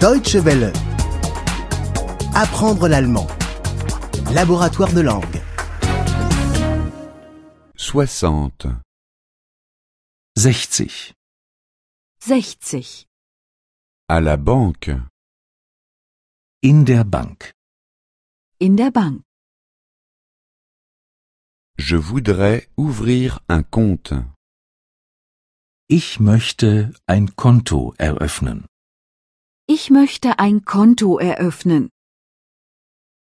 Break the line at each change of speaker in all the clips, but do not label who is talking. Deutsche Welle. Apprendre l'allemand. Laboratoire de langue.
60.
60.
60.
À la banque.
In der Bank.
In der Bank.
Je voudrais ouvrir un compte.
Ich möchte ein Konto eröffnen.
Ich möchte ein Konto eröffnen.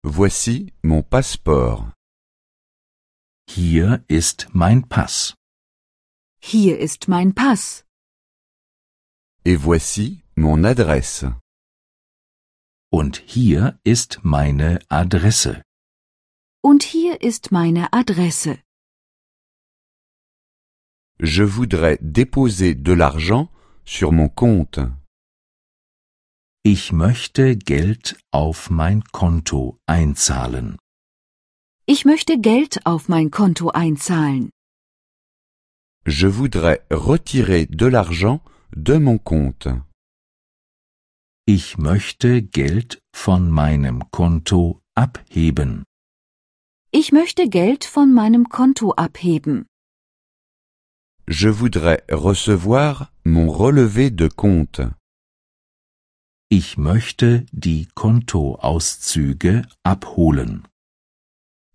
Voici mon passeport.
Hier ist mein Pass.
Hier ist mein Pass.
Et voici mon adresse.
Und hier ist meine Adresse.
Und hier ist meine Adresse.
Je voudrais déposer de l'argent sur mon compte.
Ich möchte Geld auf mein Konto einzahlen.
Ich möchte Geld auf mein Konto einzahlen.
Je voudrais retirer de l'argent de mon compte.
Ich möchte Geld von meinem Konto abheben.
Ich möchte Geld von meinem Konto abheben.
Je voudrais recevoir mon relevé de compte.
Ich möchte die Kontoauszüge abholen.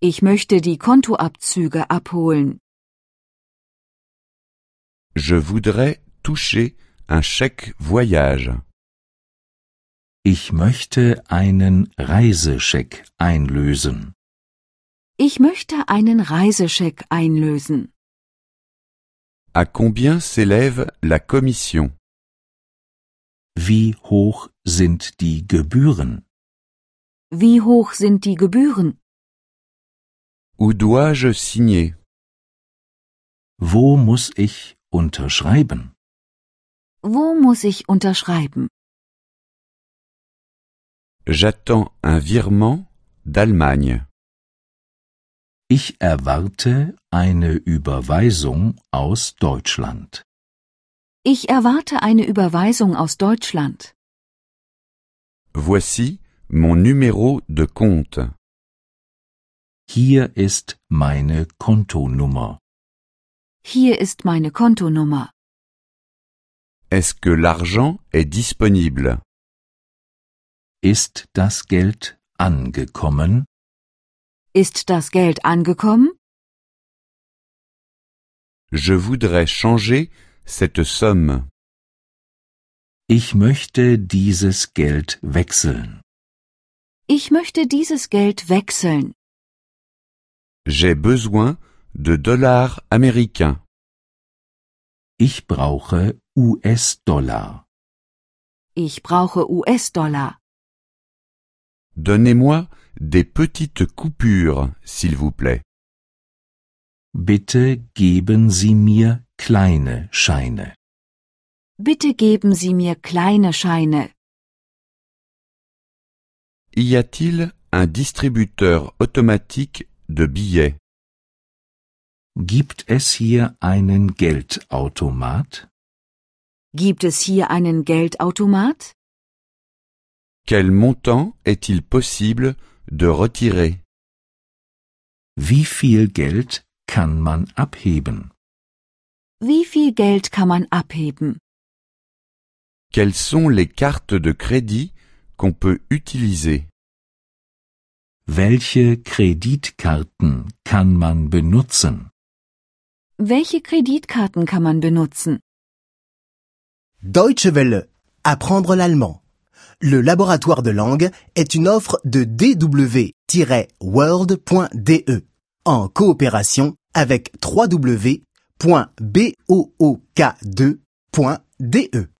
Ich möchte die Kontoabzüge abholen.
Je voudrais toucher un chèque voyage.
Ich möchte einen Reisescheck einlösen.
Ich möchte einen Reisescheck einlösen.
À combien s'élève la commission
Wie hoch sind die Gebühren?
Wie hoch sind die Gebühren?
Où dois-je signer
Wo muss ich unterschreiben?
Wo muss ich unterschreiben?
J'attends un virement d'Allemagne.
Ich erwarte eine Überweisung aus Deutschland.
Ich erwarte eine Überweisung aus Deutschland.
Voici mon numéro de compte.
Hier ist meine Kontonummer.
Hier ist meine Kontonummer.
Est-ce que l'argent est disponible
Ist das Geld angekommen?
Ist das Geld angekommen?
Je voudrais changer cette somme.
Ich möchte dieses Geld wechseln.
Ich möchte dieses Geld wechseln.
J'ai besoin de dollars américains.
Ich brauche US-Dollar.
Ich brauche US-Dollar.
Donnez-moi des petites coupures, s'il vous plaît.
Bitte geben Sie mir kleine Scheine.
Bitte geben Sie mir kleine Scheine.
Y a-t-il un distributeur automatique de billets
Gibt es hier einen Geldautomat?
Gibt es hier einen Geldautomat?
Quel montant est-il possible de retirer
Wie viel Geld kann man abheben?
Wie viel Geld kann man abheben?
Quelles sont les cartes de crédit qu'on peut utiliser
Welche Kreditkarten kann man benutzen?
Welche Kreditkarten kann man benutzen?
Deutsche Welle. Apprendre l'allemand. Le laboratoire de langue est une offre de dw-world.de E. en coopération avec www.book2.de.